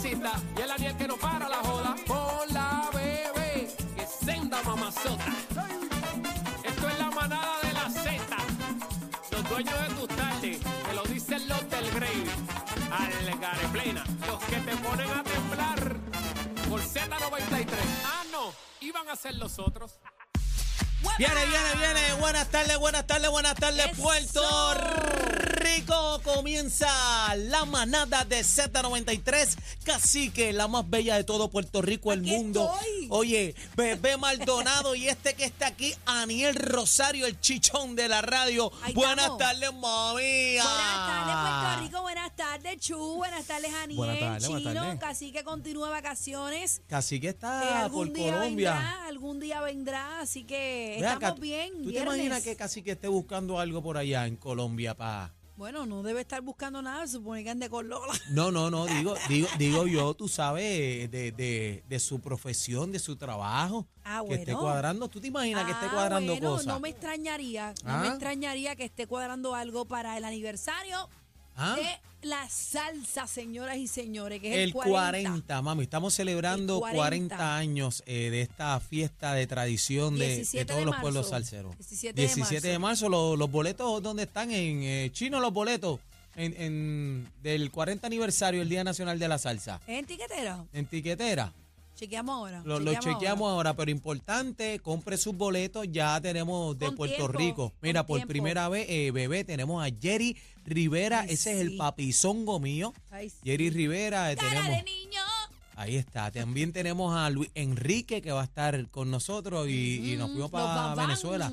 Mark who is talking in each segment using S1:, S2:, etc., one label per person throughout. S1: senda. Y el Daniel que no para la joda. Con la bebé, que senda mamazota. Esto es la manada de la Z. Los dueños de tus tardes, te lo dicen los del Grey. Algaré plena, los que te ponen a temblar. Por Z93. Ah, no, iban a ser los otros.
S2: Viene, viene, viene. Buenas tardes, buenas tardes, buenas tardes,
S3: Eso.
S2: Puerto Rico. Comienza la manada de Z93, cacique, la más bella de todo Puerto Rico, el
S3: Aquí
S2: mundo.
S3: estoy.
S2: Oye, bebé Maldonado y este que está aquí, Aniel Rosario, el chichón de la radio.
S3: Ahí
S2: buenas
S3: estamos.
S2: tardes, mami.
S3: Buenas tardes, Puerto Rico. Buenas tardes, Chu. Buenas tardes, Aniel.
S2: Ah. Buenas tardes, buenas
S3: Chino,
S2: tardes.
S3: casi que continúa de vacaciones.
S2: Cacique
S3: Eh,
S2: está por
S3: algún día
S2: Colombia.
S3: vendrá, algún día vendrá, así que
S2: Ven acá,
S3: estamos bien.
S2: ¿Tú
S3: viernes.
S2: te imaginas que Cacique esté buscando algo por allá en Colombia para.?
S3: Bueno, no debe estar buscando nada, se supone que ande con Lola.
S2: No, no, no, digo, digo, digo yo, tú sabes, de, de, de su profesión, de su trabajo,
S3: Ah,
S2: que esté
S3: bueno.
S2: cuadrando. ¿Tú te imaginas que esté
S3: Ah,
S2: cuadrando
S3: bueno,
S2: cosas?
S3: No me extrañaría, no me
S2: Ah.
S3: extrañaría que esté cuadrando algo para el aniversario
S2: Ah.
S3: de la salsa, señoras y señores, que es el,
S2: El 40. mami, estamos celebrando
S3: El
S2: 40,
S3: 40.
S2: años eh, de esta fiesta de tradición de- de,
S3: 17
S2: todos
S3: de
S2: los
S3: marzo.
S2: pueblos salseros.
S3: 17 de
S2: marzo, lo- los boletos, ¿dónde están? En eh, chino los boletos, en, en- del 40 aniversario, el Día Nacional de la Salsa,
S3: ¿Es en tiquetera?
S2: en Tiquetera.
S3: Chequeamos ahora.
S2: Lo, lo chequeamos ahora. pero importante, compre sus boletos, ya tenemos de
S3: Con
S2: Puerto
S3: tiempo,
S2: Rico. Mira,
S3: con
S2: por
S3: tiempo.
S2: primera vez, eh, bebé, tenemos a Jerry Rivera,
S3: Ay,
S2: ese es el
S3: sí.
S2: papizongo mío.
S3: Ay, sí.
S2: Jerry Rivera, eh,
S3: Cara de
S2: tenemos,
S3: niño.
S2: ahí está. También tenemos a Luis Enrique que va a estar con nosotros y, y nos
S3: Mm,
S2: fuimos
S3: los
S2: para
S3: babán.
S2: Venezuela.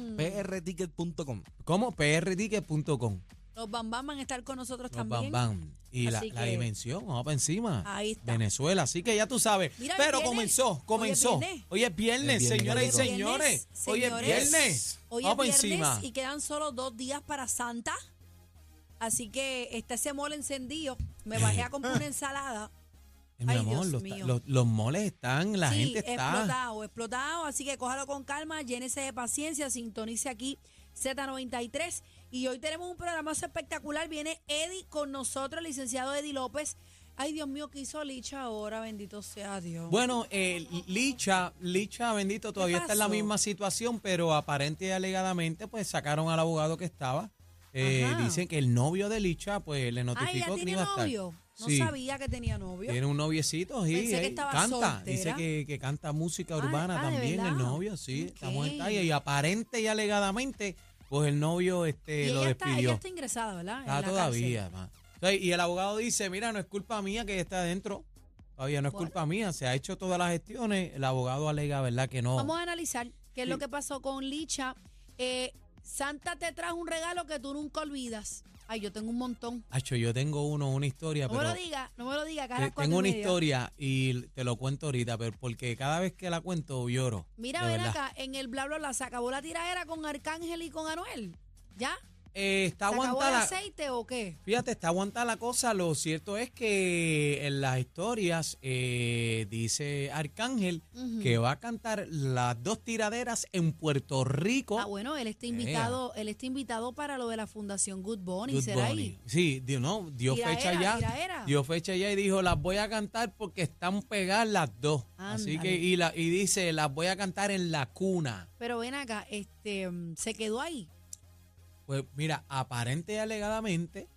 S4: prticket.com.
S2: ¿Cómo? prticket.com.
S3: Los bambam van a estar con nosotros
S2: Los
S3: también.
S2: bam bam. Y la,
S3: Así
S2: la
S3: que-
S2: dimensión, vamos para encima.
S3: Ahí está.
S2: Venezuela, así que ya tú sabes.
S3: Mira, hoy
S2: Pero
S3: es viernes.
S2: comenzó, comenzó.
S3: Hoy es viernes.
S2: Hoy es viernes,
S4: Es viernes,
S2: señoras y
S4: cabrón.
S2: señores.
S3: Viernes,
S2: Hoy es
S3: señores.
S2: viernes.
S3: Hoy es
S2: vamos
S3: viernes
S2: encima.
S3: y quedan solo dos días para Santa. Así que está ese mole encendido. Me bajé a comprar una ensalada.
S2: Eh, Mi
S3: Ay,
S2: amor,
S3: Dios
S2: los,
S3: mío.
S2: los- los moles están, la
S3: sí,
S2: gente está.
S3: explotado, explotado. Así que cójalo con calma, llénese de paciencia, sintonice aquí Z93. Y hoy tenemos un programazo espectacular. Viene Eddie con nosotros, el licenciado Eddie López. Ay, Dios mío, ¿qué hizo Licha ahora? Bendito sea Dios.
S2: Bueno, eh, Licha, Licha, bendito, todavía está en la
S3: pasó?
S2: misma situación, pero aparente y alegadamente, pues sacaron al abogado que estaba. Eh,
S3: Ajá.
S2: dicen que el novio de Licha, pues le
S3: Ay,
S2: notificó
S3: ella
S2: que no
S3: tiene
S2: iba a estar.
S3: novio. No
S2: Sí.
S3: sabía que tenía novio.
S2: Tiene un noviecito, sí.
S3: Pensé que
S2: eh,
S3: estaba
S2: canta.
S3: soltera.
S2: Dice que, que canta música
S3: Ah,
S2: urbana
S3: ah, ¿de
S2: también, el
S3: verdad?
S2: novio, sí.
S3: Ok.
S2: Estamos en talla. Y aparente y alegadamente, pues el novio
S3: y
S2: este
S3: ella
S2: lo
S3: está, ella
S2: despidió.
S3: está ingresada, ¿verdad? En
S2: Ah,
S3: la
S2: todavía.
S3: cárcel.
S2: ma. O sea, y el abogado dice, mira, no es culpa mía que está adentro. Todavía no es
S3: Bueno.
S2: culpa mía. Se ha hecho todas las gestiones. El abogado alega, ¿verdad? Que no.
S3: Vamos a analizar qué es lo que pasó con Licha. Eh, Santa te trajo un regalo que tú nunca olvidas. Ay, yo tengo un montón.
S2: Hacho, yo tengo uno, una historia,
S3: No me
S2: pero
S3: lo diga, no me lo diga. que a
S2: te-
S3: las cuatro
S2: tengo
S3: y
S2: una
S3: media.
S2: historia y te lo cuento ahorita, pero porque cada vez que la cuento lloro.
S3: Mira,
S2: de
S3: ven
S2: verdad.
S3: acá, en el bla bla bla se acabó la tiradera con Arcángel y con Anuel. ¿Ya?
S2: Eh, está
S3: ¿Se acabó el
S2: aguantada.
S3: aceite o qué?
S2: Fíjate, está aguantada la cosa. Lo cierto es que en las historias eh, dice Arcángel
S3: Ujú.
S2: que va a cantar las dos tiraderas en Puerto Rico.
S3: Ah, bueno, él está invitado, él está invitado para lo de la Fundación Good Bunny,
S2: Good
S3: será
S2: Bunny.
S3: ahí.
S2: Sí, dio, no, dio
S3: Tiraera,
S2: fecha ya.
S3: tiraera.
S2: Dio fecha ya y dijo, las voy a cantar porque están pegadas las dos. Así
S3: Ándale.
S2: que, y, la, y dice, las voy a cantar en la cuna.
S3: Pero ven acá, este mm, se quedó ahí.
S2: Pues mira, aparente y alegadamente,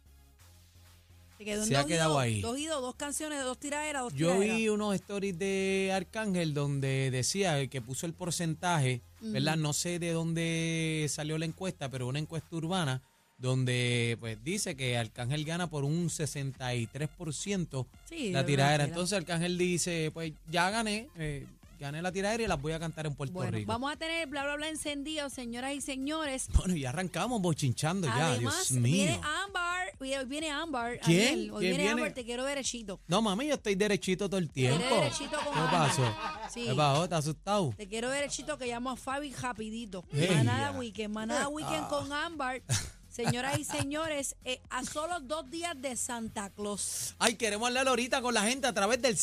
S3: Se, quedó en
S2: Se ha
S3: dos y
S2: quedado
S3: dos,
S2: ahí.
S3: Dos y dos, dos canciones, dos tiraderas, dos
S2: Yo
S3: tiraderas.
S2: vi unos stories de Arcángel donde decía el que puso el porcentaje, ¿verdad? No sé de dónde salió la encuesta, pero una encuesta urbana donde pues dice que Arcángel gana por un 63%
S3: Sí,
S2: la
S3: yo
S2: tiradera.
S3: creo que
S2: Entonces Arcángel dice, pues ya gané, eh, gané la tiradera y las voy a cantar en Puerto
S3: Bueno,
S2: Rico.
S3: vamos a tener bla bla bla encendido, señoras y señores.
S2: Bueno, y arrancamos bochinchando ya,
S3: Además,
S2: Dios mío.
S3: viene Ámbar, hoy viene Ámbar,
S2: ¿Quién?
S3: Ariel, hoy
S2: ¿Quién
S3: viene
S2: viene?
S3: Ámbar, te quiero derechito.
S2: No, mami, yo estoy derechito todo el tiempo.
S3: Eres derechito con
S2: ¿Qué
S3: Ámbar.
S2: pasó?
S3: Sí.
S2: ¿Qué pasó? ¿Estás asustado?
S3: Te quiero derechito que llamo a Fabi rapidito.
S2: Ey,
S3: Manada
S2: ya. Ah.
S3: Weekend, Manada Weekend con Ámbar. Señoras y señores, eh, a solo dos días de Santa Claus.
S2: Ay, queremos hablar ahorita con la gente a través del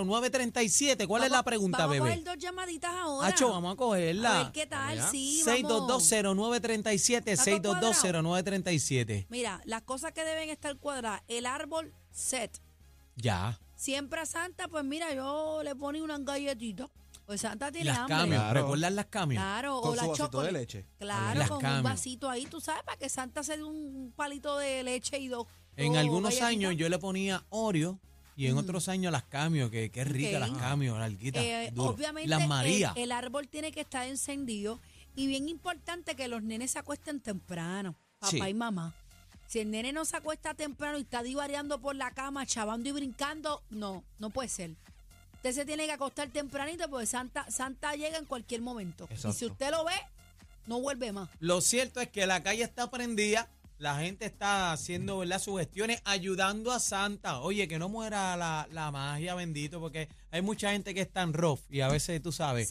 S2: 6220937. ¿Cuál es
S3: Vamos-
S2: la pregunta,
S3: vamos a
S2: bebé?
S3: coger dos llamaditas ahora.
S2: Hacho, vamos a cogerla.
S3: A ver qué tal, sí, vamos.
S2: 6220937,
S3: ¿Está todo cuadrado?
S2: 6220937.
S3: Mira, las cosas que deben estar cuadradas, el árbol set,
S2: Ya.
S3: Siempre a Santa, pues mira, yo le ponía unas galletitas. Pues Santa tiene
S2: Las
S3: hambre.
S2: cambios,
S4: Claro.
S2: ¿recuerdas las cambios?
S3: Claro,
S4: Con
S3: o
S4: su
S3: la
S4: vasito
S3: chocolate.
S4: de leche.
S3: Claro,
S2: Las
S3: con un
S2: cambios.
S3: vasito ahí, tú sabes, para que Santa se dé un palito de leche y dos.
S2: En
S3: dos
S2: algunos
S3: galletitas.
S2: años yo le ponía Oreo y en otros años las cambios, que qué rica
S3: Mm. Ok.
S2: las cambios, larguitas,
S3: Eh,
S2: duro.
S3: obviamente eh,
S2: las
S3: el-
S2: María.
S3: El, árbol tiene que estar encendido y bien importante que los nenes se acuesten temprano, papá
S2: Sí.
S3: y mamá. Si el nene no se acuesta temprano y está divariando por la cama, chavando y brincando, no, no puede ser. Usted se tiene que acostar tempranito porque Santa, Santa llega en cualquier momento. Y si
S4: Exacto.
S3: usted lo ve, no vuelve más.
S2: Lo cierto es que la calle está prendida, la gente está haciendo ¿verdad? sus gestiones, ayudando a Santa. Oye, que no muera la, la magia, bendito, porque hay mucha gente que es tan rough y a veces tú sabes.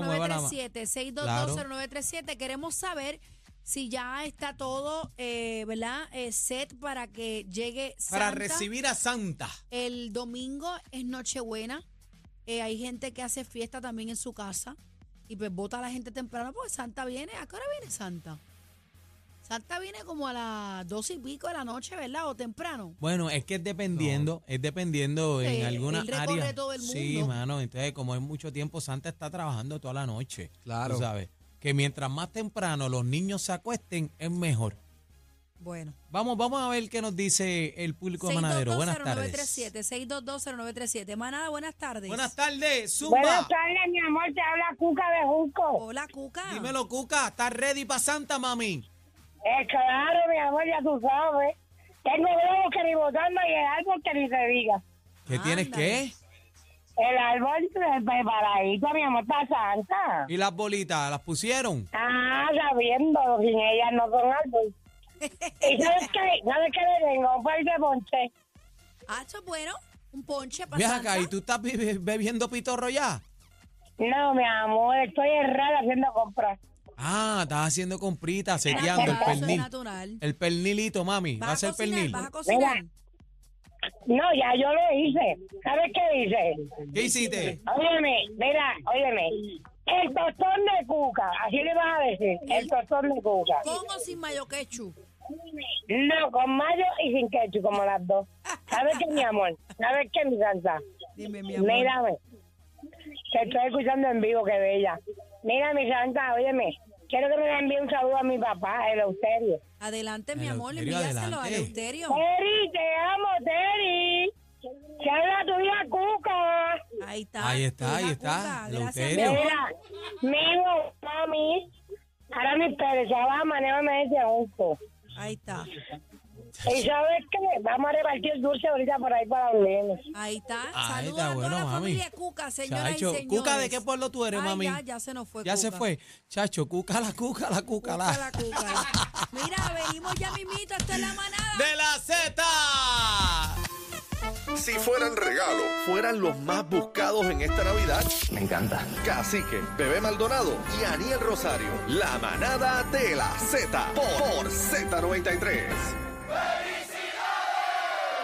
S3: 6220937, 6220937. Queremos saber si ya está todo, eh, ¿verdad? Eh, set para que llegue Santa.
S2: Para recibir a Santa.
S3: El domingo es Nochebuena. Eh, hay gente que hace fiesta también en su casa. Y pues vota a la gente temprano porque Santa viene. ¿A qué hora viene Santa? Santa viene como a las dos y pico de la noche, ¿verdad? O temprano.
S2: Bueno, es que es dependiendo, es dependiendo
S3: Sí,
S2: en
S3: él
S2: alguna
S3: recorre
S2: área.
S3: todo el mundo.
S2: Sí, mano, entonces como es mucho tiempo, Santa está trabajando toda la noche.
S4: Claro.
S2: Tú sabes, que mientras más temprano los niños se acuesten, es mejor.
S3: Bueno.
S2: Vamos, vamos a ver qué nos dice el público de Manadero. Buenas tardes.
S3: 6220937. Manada, buenas tardes.
S2: Buenas tardes, Zumba.
S5: Buenas tardes, mi amor, te habla Cuca de Junco.
S3: Hola, Cuca.
S2: Dímelo, Cuca, ¿estás ready para Santa, mami?
S5: Eh, claro, mi amor, ya tú sabes. Tengo huevos que ni botando y el árbol que ni se diga.
S2: ¿Qué tienes
S3: Ándale.
S2: que?
S5: El árbol eh, preparadito, mi amor, para Santa.
S2: ¿Y las bolitas? ¿Las pusieron?
S5: Ah, sabiendo, sin ella no son árbol. ¿Y sabes qué? ¿Sabes qué le tengo? Un par de ponche.
S3: Ah, eso es bueno. Un ponche para
S2: Ve
S3: Santa.
S2: acá, ¿y tú estás be- bebiendo pitorro ya?
S5: No, mi amor, estoy errada haciendo compras.
S2: Ah, estás haciendo comprita,
S3: Natural,
S2: seteando el
S3: eso es
S2: pernil.
S3: natural.
S2: El pernilito, mami. Va a
S3: ¿Vas a
S2: ser
S3: cocinar?
S2: pernil.
S3: ¿Vas a cocinar?
S5: Mira. No, ya yo lo hice. ¿Sabes qué hice?
S2: ¿Qué hiciste?
S5: Óyeme, mira, óyeme. El tostón de cuca, así le vas a decir, el tostón de cuca.
S3: ¿Con o sin mayo ketchup?
S5: No, con mayo y sin ketchup, como las dos. ¿Sabes qué, mi amor? ¿Sabes qué, mi santa?
S3: Dime, mi amor.
S5: Mírame. Te estoy escuchando en vivo, qué bella. Mira, mi santa, óyeme. Quiero que me envíe un saludo a mi papá, el Euterio.
S3: Adelante, mi amor,
S2: Eleuterio,
S3: envíaselo a
S2: adelante.
S3: Eleuterio.
S5: Teri, te amo, Teri. Se habla tu hija Cuca.
S3: Ahí está.
S2: Ahí está,
S3: Mira,
S2: ahí está,
S3: Cuca, Gracias, mi
S2: Eleuterio.
S3: amor.
S5: Mira, mi hijo, mami. Ahora mis padres, ya va a manejar ese junco.
S3: Ahí está.
S5: Y sabes que vamos a repartir dulce ahorita por ahí para los nenes.
S3: Ahí está.
S2: Ahí
S3: Saludos
S2: está,
S3: a toda
S2: bueno,
S3: la
S2: mami.
S3: familia Cuca, señoras y
S2: Chacho,
S3: señores.
S2: Cuca, ¿de qué pueblo tú eres,
S3: Ay,
S2: mami?
S3: Ya, ya se nos fue.
S2: Ya se
S3: Pues, Cuca.
S2: fue. Chacho, cuca la cuca la cuca
S3: Cuca,
S2: la.
S3: la Cuca. Mira, venimos ya mimito, esta es la manada.
S2: De la Z.
S6: Si fueran regalo, fueran los más buscados en esta Navidad.
S7: Me encanta.
S6: Cacique, Bebé Maldonado y Aniel Rosario. La manada de la Z por, por Z93.